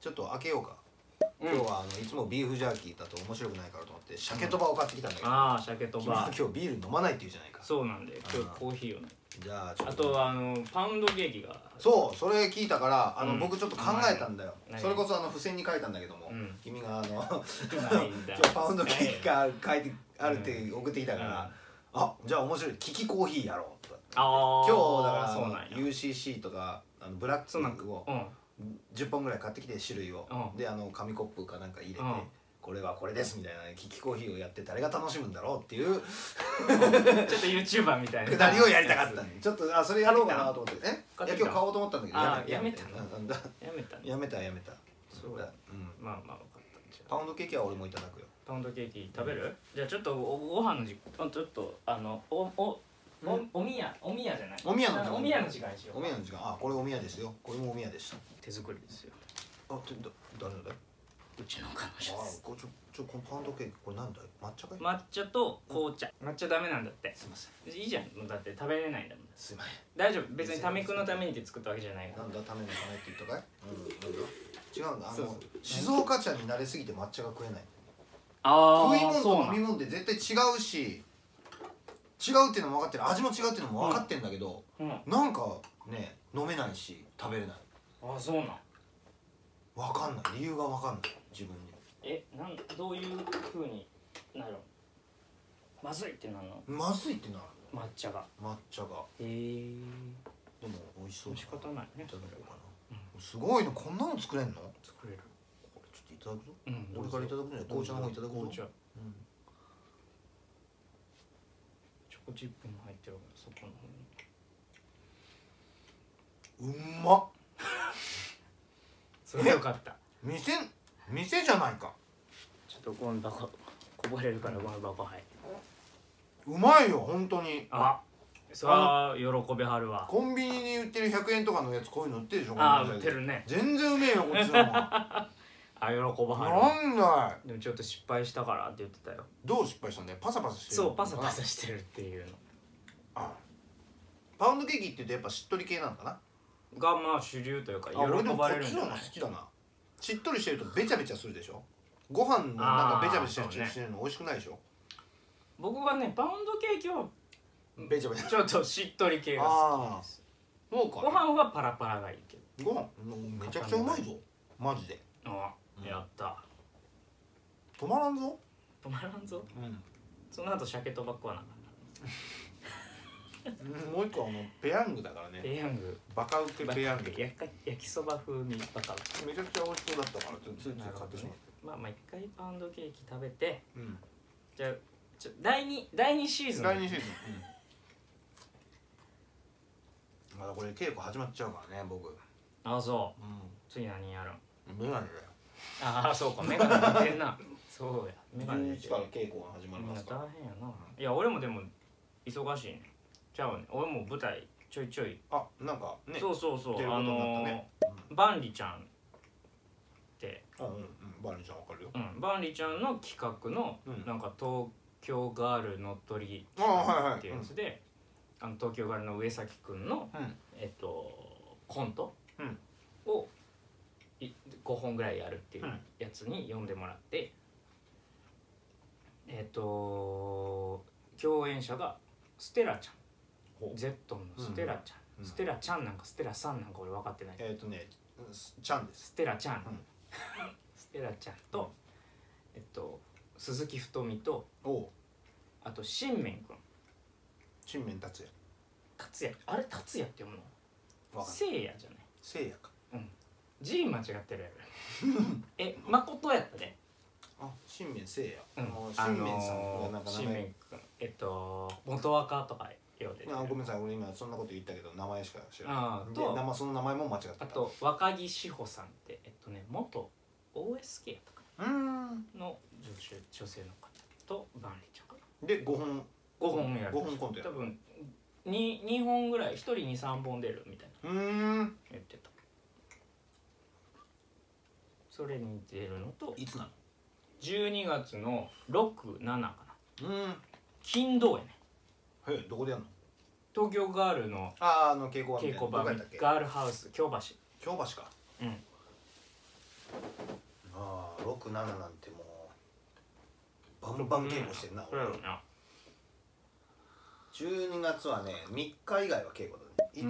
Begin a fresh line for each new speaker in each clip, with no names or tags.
ちょっと開けようか今日はあのいつもビーフジャーキーだと面白くないからと思って鮭とばを買ってきたんだけど、
ああ鮭と
君は
ば
今日ビール飲まないって言うじゃないか
そうなんで
あー
今日コーヒーをね
じゃあちょ
あ
っと
とはあのパウンドケーキが
そうそれ聞いたからあの、
うん
僕ちょっと考えたんだよ
何
それこそあの付箋に書いたんだけども、
うん
君があの
ないんだ
今日パウンドケーキが書いてあるって送ってきたから、あじゃあ面白いキキコーヒーやろうとか
ああ
今日だから
そ
そうの
なんや
UCC とかあのブラッ
そうなんか
クを
うん
10本ぐらい買ってきて種類を、
うん
であの紙コップかなんか入れて、
うん
これはこれですみたいなキキコーヒーをやって誰が楽しむんだろうって いう
ちょっと YouTuber みたいな
くだりをやりたかったんでちょっとあそれやろうかなと思ってえ
買
い
っ
や
てきた
今日買おうと思ったんだけど
あー
た
やめ
うんだ
やめたね
やめたやめた
そうだ
うん
まあまあ分かったじゃあ
パウンドケーキは俺もいただくよ
パウンドケーキ食べるじゃあちょっとおご飯の時間ちょっとあのおおおおみやおみやじゃない
おみやの時間
あおみやの時間にしよ
お
う
みやの時間あこれおみやですよこれもおみやでした
手作りですよ
あちょだ誰のだよ
うちの彼
あ
女です
これちょちょこのパウンドケーキこれなんだよ抹茶かい
抹茶と紅茶抹茶ダメなんだって
すいません
いいじゃんもうだって食べれないんだもん
すいませ
大丈夫別にタメ君のためにって作ったわけじゃない
ん
か
な
ら
んだためのかないって言ったかいうんなんだ違うんだあ
そう
の静岡茶に慣れすぎて抹茶が食えない
あ
食
あ
い物
そう
と
な
飲み
ん
物って絶対違うし違うっていうのも分かってる味も違うっていうのも分かってるんだけど、
うん
なんかね飲めないし食べれない
あそうなん
分かんない理由が分かんない自分に
えなんどういうふうになるのまずいってなるの
まずいってなる
抹茶が
抹茶が
へえ
でも美味しそう
ー、
だ
仕方ない
い
ね
ただこうかな、すごいねこんなの作れんのこ
作れる
れちょっといただくぞ
うん
俺からいただくんじゃない紅茶の方いただくぞ
紅茶
うん
チョコチップも入ってるからそこの
う
方に
んまっ
それよかった
店店じゃないか
ちょっとゴミ箱こぼれるからゴミ箱入る
うまいよ本当に
あそれは喜びはるわ
コンビニに売ってる100円とかのやつこういうの売ってるでしょ
あ
こんな
ー売っ
やつ
てるね
全然うめえよこっちの方が
あ喜ばはるわ
なんだい
でもちょっと失敗したからって言ってたよ
どう失敗したんだよパサパサしてる
そうパサパサしてるっていう
あパウンドケーキって言うとやっぱしっとり系なのかな
のがまあ主流というか喜
あ俺でもこ
ばれ
っ
るん
ち
じ
の
ゃ
方
な
が
い
好きだなしっとりしてるとべちゃべちゃするでしょご飯のなんかべちゃべちゃしてる
あー
してるの美味しくないでしょ
僕はねパウンドケーキは
べちゃべちゃ
ちょっとしっとり系が好きです
そう
ご飯はパラパラがいいけど
ご飯うんめちゃくちゃうまいぞマジで
あ
うん
やった
止まらんぞ
止まらんぞ
うん
その後鮭とばっこはなかっ
もう一個あのペヤングだから
た
ね
ペヤング
バカウケペヤング
やっか焼きそば風味バカ
めちゃくちゃ美味しそうだったからちょっとついつい買ってしまっ
まあまあ一回パウンドケーキ食べて
たうん
じゃあちょ第2第2シーズン
第2シーズンまだこれ稽古始まっちゃうからね僕うん
ああそう次何やるん
メガネ
ああそうかメガネ出てんなそうやメガ
だよ
ネ
11
出て
から
る
稽古が始まり
い
ま
や
すから
大変やないや俺もでも忙しいねちゃうね俺も舞台ちょいちょい、
あなんかね
そうそうそう
出るこ
あ
とになった
のー
ね
バンリちゃんって、
うんうんうんバーニーちゃんわかるよ
うん、バンリちゃんの企画の、
うん
なんか東京ガール乗っ取り
あはいはい
っていうやつで、あの東京ガールの上崎くんの、
うん
えっとコント
うん
を、い5本ぐらいやるっていう
うん
やつに読んでもらって、えっと共演者がステラちゃ
ほう
ん Z のステラちゃん、
うん
ステラちゃんなんかステラさんなんか俺分かってない、
えっとねうんちゃんです
ステラちゃん、
うん
ステラちゃんと、えっと鈴木太美と
おお
あと新麺くん
新面達也
達也あれ達也って読むの
わかんない
せいやじゃない
せいやか
G 間違ってるやろえ誠やったね
あ新面せいや
うん
あ新面さんがなんか名
新
前
麺くんえっと元若とか呼んでて
あごめんなさい俺今そんなこと言ったけど名前しか知らない
あー
で名
と
前その名前も間違ってた
あと若木志保さんってえっとね元 OSK とか
うーん
の女子女性の方と万里ちゃんかな
で5本
5本やる
5本コントや
多
る
分に2本ぐらい1人に3本出るみたいな
うーん
言ってたそれに出るのと
いつな
12月の67かな
のうーん
金土やね
へえどこでやんの
東京ガールの
あああの稽古場みた
稽
いな
古
ど
場
こやっ
ガ
たっけ
ールハウス京橋
京橋か
うん
ああ67なんてもうバンバン稽古してんな、
これやろうな
12月はね3日以外は稽古だね
うん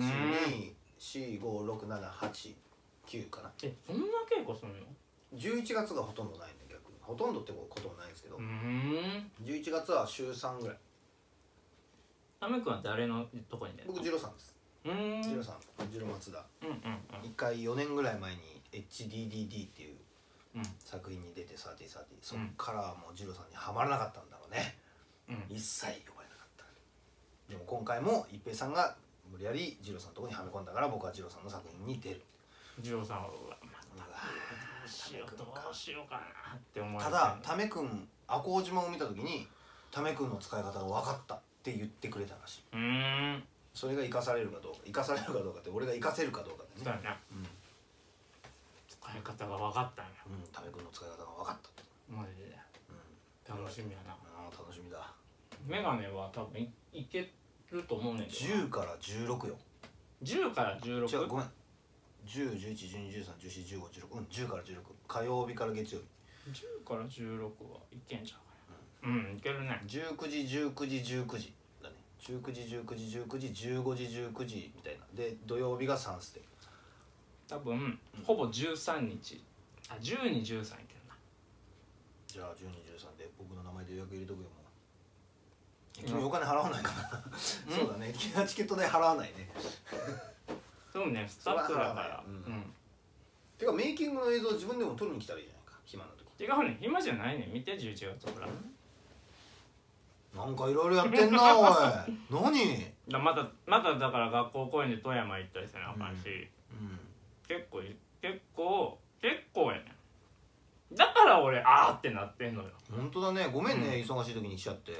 1245678かな
えそんな稽古すんの
11月がほとんどないんだ逆にほとんどってこともないんですけど、
うーん
11月は週3ぐらい
タメ君は誰のとこに出るの
僕ジロさんです、
うーん
ジロさんジロ松田
うんうん
一回4年ぐらい前に HDDD っていう
うん
作品に出て3030そっからはもうジロさんにはまらなかったんだろうね、
うんうん
一切呼ばれなかったでも今回も一平さんが無理やりジロさんのとこにはめ込んだから僕はジロさんの作品に出る
二郎さんはうわま
うわ
どうしよ
タメ
う
君か
どうしようかなって思われ
た
て
だタメ君赤穂島を見た時にタメ君の使い方が分かったって言ってくれたらしいう
ーん
それが生かされるかどうか生かされるかどうかって俺が生かせるかどうか
そう
でね
だな
うん、
使い方が分かったんや
うん、タメ君の使い方が分かった、
マジで
う、
楽しみやなん
あー楽しみだ
メガネは多分いいけると思うねんけどな
10から16よ
10から
違うご
16
めん10111213141516うん10から16火曜日から月曜日
10から16はいけんちゃうかなうんいけるね
19時19時19時だね19時19時19時15時19時みたいなで土曜日が3ステ
多分ほぼ13日あ10に13いけるな
じゃあ1213で僕の名前で予約入れとくよもう
うん
君お金払わないかなそうだね君はチケット代払わないね
そうねスタッフだから
それは
う
うん
ん
てかメイキングの映像自分でも撮りに来たらいいじゃないか暇な時
違うね暇じゃないね見て11月ほらだか
なんかいろいろやってん なおい何
らまだまだだから学校公演で富山行ったりせなあかんし、
うん
結構い結構結構やねんだから俺あーってなってんのよ
本当だねごめんね、忙しい時に来ちゃって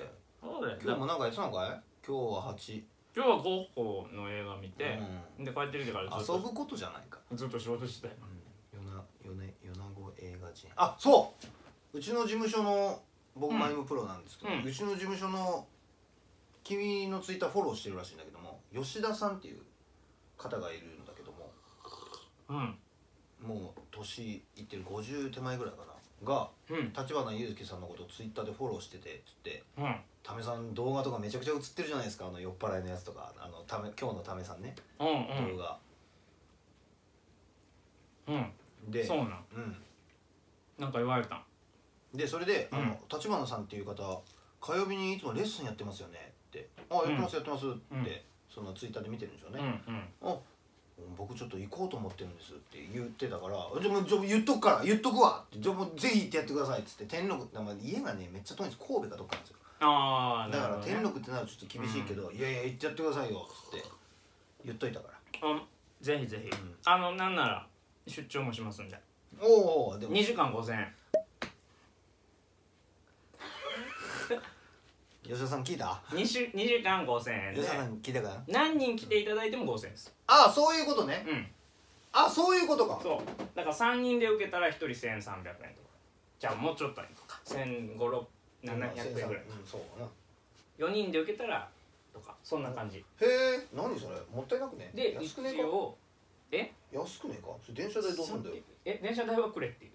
そうだよ
今日もなんかやってたのかい今日は8
今日はゴッホの映画見て、で帰ってきてからずっ
遊
と
ぶことじゃないか
ずっと仕事してたよ
夜な夜ね夜なご映画人あそううちの事務所の僕
うん
マイムプロなんですけど、
う
うんちの事務所の君のツイッターフォローしてるらしいんだけども吉田さんっていう方がいるんだけども
うん
もう年いってる50手前ぐらいかなが
うん
立花裕介さんのことをツイッターでフォローしててつって
うん
「タメさん動画とかめちゃくちゃ映ってるじゃないですかあの酔っ払いのやつとかあのため今日のタメさんね
うん
動画」
うんう
で
んそうなん
うん
なんか言われたん
でそれで「あ
うん
の立花さんっていう方火曜日にいつもレッスンやってますよね」って「あやってますやってます」って、
うん
そのツイッターで見てるんでしょう
うん
ね
う、
あ僕ちょっと行こうと思ってるんですって言ってたから「じゃあもうじゃあ言っとくから言っとくわ」って「じゃあもうぜひ行ってやってください」っつって天禄だから家がねめっちゃ遠いんです神戸かどっかなんですよ
んああ
だから天
の
禄ってなるとちょっと厳しいけど「いやいや行ってやってくださいよ」っつって言っといたから
ぜひぜひ、
ん
あのなんなら出張もしますんで
おおでも
2時間5000円
吉田さん聞いた
2, し2 時間5000円
吉
で
田さん聞いたかな
何人来ていただいても5000円です
ああそういうことね
うん
ああそういうことか
そうだから3人で受けたら1人1300円とかじゃあもうちょっとあげようか1500700円ぐらい
うんそうかな
4人で受けたらとかそんな感じ
へえ何それもったいなくね
で
安
一
くねえか
応え
安くねえかそれ電車代どうすんだよ
え電車代はくれっていう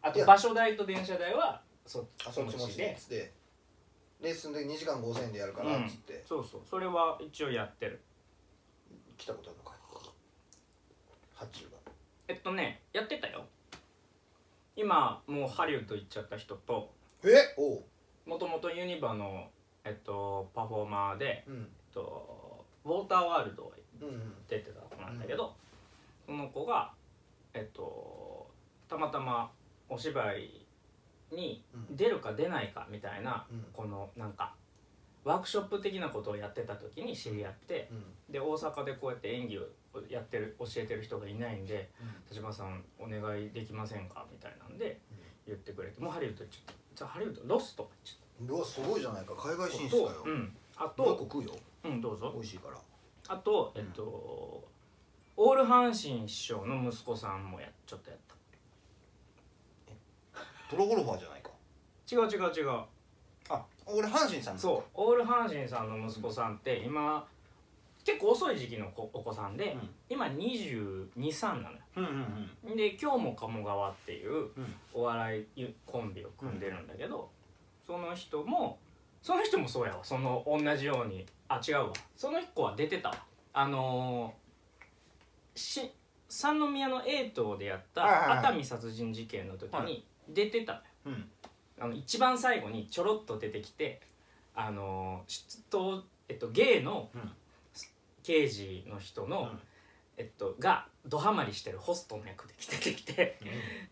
あ
い
と
や
場所代と電車代はそ
あそっちもしで
で
つってレッスンで2時間5000円でやるから
うん
っつって
そうそうそれは一応やってる
来たことあるのか発注が
えっとねやってたよ今もうハリウッド行っちゃった人と
えおう
もともとユニバの、えっと、パフォーマーで、え
うん
っと、ウォーターワールドを
うんうん
出てた子なんだけど、その子がえっとたまたまお芝居に
うん
出るか出ないかみたいな、
うん
このなんかワークショップ的なことをやってた時に知り合って
うん
で大阪でこうやって演技をやってる教えてる人がいないんで「立花さんお願いできませんか?」みたいなんで
うん
言ってくれてもうハリウッド行っちゃったじゃあハリウッドロスとか行っちゃっ
うわすごいじゃないか海外
た
進出だよ
とうん、あ
もう一個
と、
食うよ
うん、どうぞ
美味しいから
あとえっと、オール阪神師匠の息子さんもやちょっとやった
プロゴルファーじゃないか
違う違う違う
あ俺阪神さん
そうオール阪神さんの息子さんって今結構遅い時期の子お子さんで、
うん
今223なのよ
うんうんうん
で今日も鴨川っていう
うん
お笑いコンビを組んでるんだけど、その人もその人もそうやわその同じようにあ違うわその子は出てたわあのーし三宮の A 棟でやっ
はいはいは
た
い
熱海殺人事件の時
は
に出てたのよ
うん
あの一番最後にちょろっと出てきてあのー出頭、えっと、ゲイの
うん
刑事の人の、
うん
えっと、がドハマりしてるホストの役で出てきて。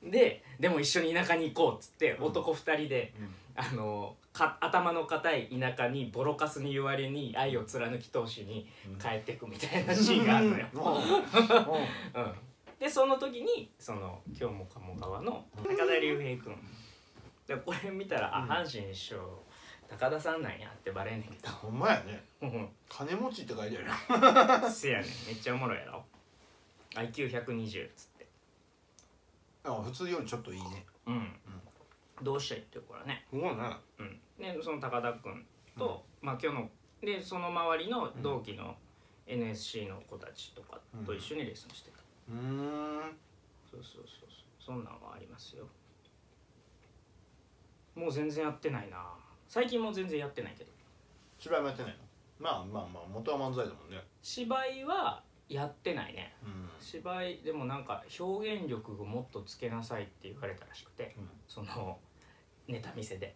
ででも一緒に田舎に行こうっつって
うん
男2人で、あのか頭の固い田舎にボロカスに言われに愛を貫き通しに
うん
帰ってくみたいなシーンがあるのよ。
うんうんうん
うん、でその時にその今日も鴨川の高田龍平君でこれ見たら、
うん
あ阪神師匠高田さんなんやってバレんねんけど
ほんまやね
うん
金持ちって書いてあるよ
せやねんめっちゃおもろいやろ IQ120 っつって
あ普通よりちょっといいね
うん、どうしたいってこれね
すごいね
うん、でその高田君と、まあ、今日のでその周りの同期の NSC の子たちとかと一緒にレッスンしてた、
うーん
そうそうそうそうそんなんはありますよもう全然やってないな最近も全然やってないけど
芝居もやってないのまあまあまあ元は漫才だもんね
芝居はやってないね
うん
芝居でもなんか表現力をもっとつけなさいって言われたらしくてそのネタ見せで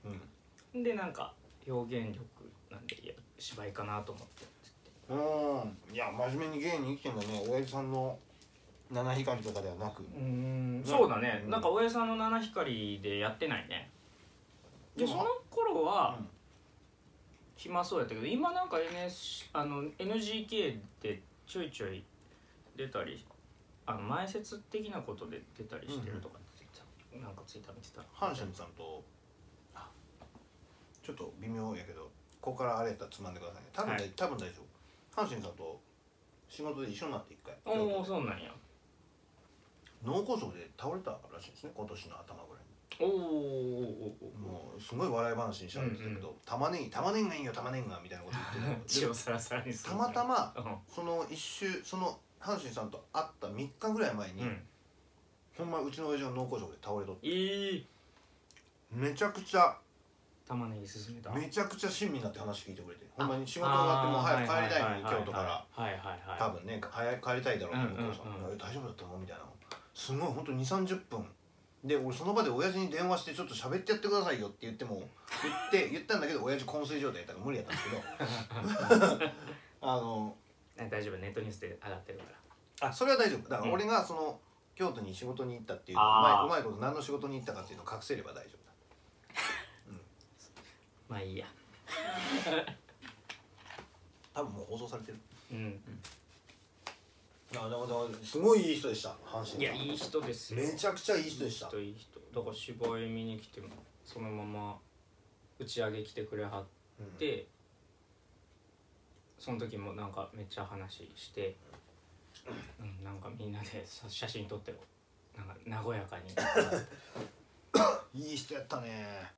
うん
でなんか表現力なんでいや芝居かなと思って
うんうんいや真面目に芸に生きてんだね親父さんの七光とかではなく
うーん
な
そうだね、
うん
なんか親さんの七光でやってないねで
うん
その頃は暇そうやったけど今なんか NS あの NGK でちょいちょい出たりあの前説的なことで出たりしてるとかって言ってたなんかツイッター見てたら
阪神さんとあちょっと微妙やけどここからあれやったらつまんでくださいね多分
は
大多分大丈夫阪神さんと仕事で一緒になって一回
おおそうなんや
脳梗塞で倒れたらしいですね今年の頭ぐらいに
おーおーおーおー
もうすごい笑い話にしちゃうんですけど、
うん
玉ねぎ玉ねぎがいいよ玉ねぎがみたいなこと言 ってた
血
けど
をサラサラにする
たまたま
ま
その一週その阪神さんと会った3日ぐらい前
うん、
に、
うん、
ほんまうちの親父が脳梗塞で倒れとって
いい
めちゃくちゃ
玉ねぎ進めた
めちゃくちゃ親身になって話聞いてくれてほんまに仕事終わってもう早く帰りたいのに京都から
らはいはいはい
多分ね早く帰りたいだろうな
うん
向
うん
こうさんい
うん
や大丈夫だったのみたいなすごいほんと2 3 0分で俺その場で親父に電話してちょっと喋ってやってくださいよって言っても言 って言ったんだけど親父昏睡状態だったから無理やったんですけど あの
あ大丈夫ネットニュースで上がってるから
あそれは大丈夫だから俺がその京都に仕事に行ったっていうのをうま
あー
いうまいこと何の仕事に行ったかっていうのを隠せれば大丈夫だ
まあいいや
多分もう放送されてる
うん
いやだからだからすごいいい人でした阪神さん
いやいい人ですよ
めちゃくちゃいい人でした
いい人だから芝居見に来てもそのまま打ち上げ来てくれはって、その時もなんかめっちゃ話して、うん、なんかみんなでさ写真撮ってなんか和やかに
いい人やったね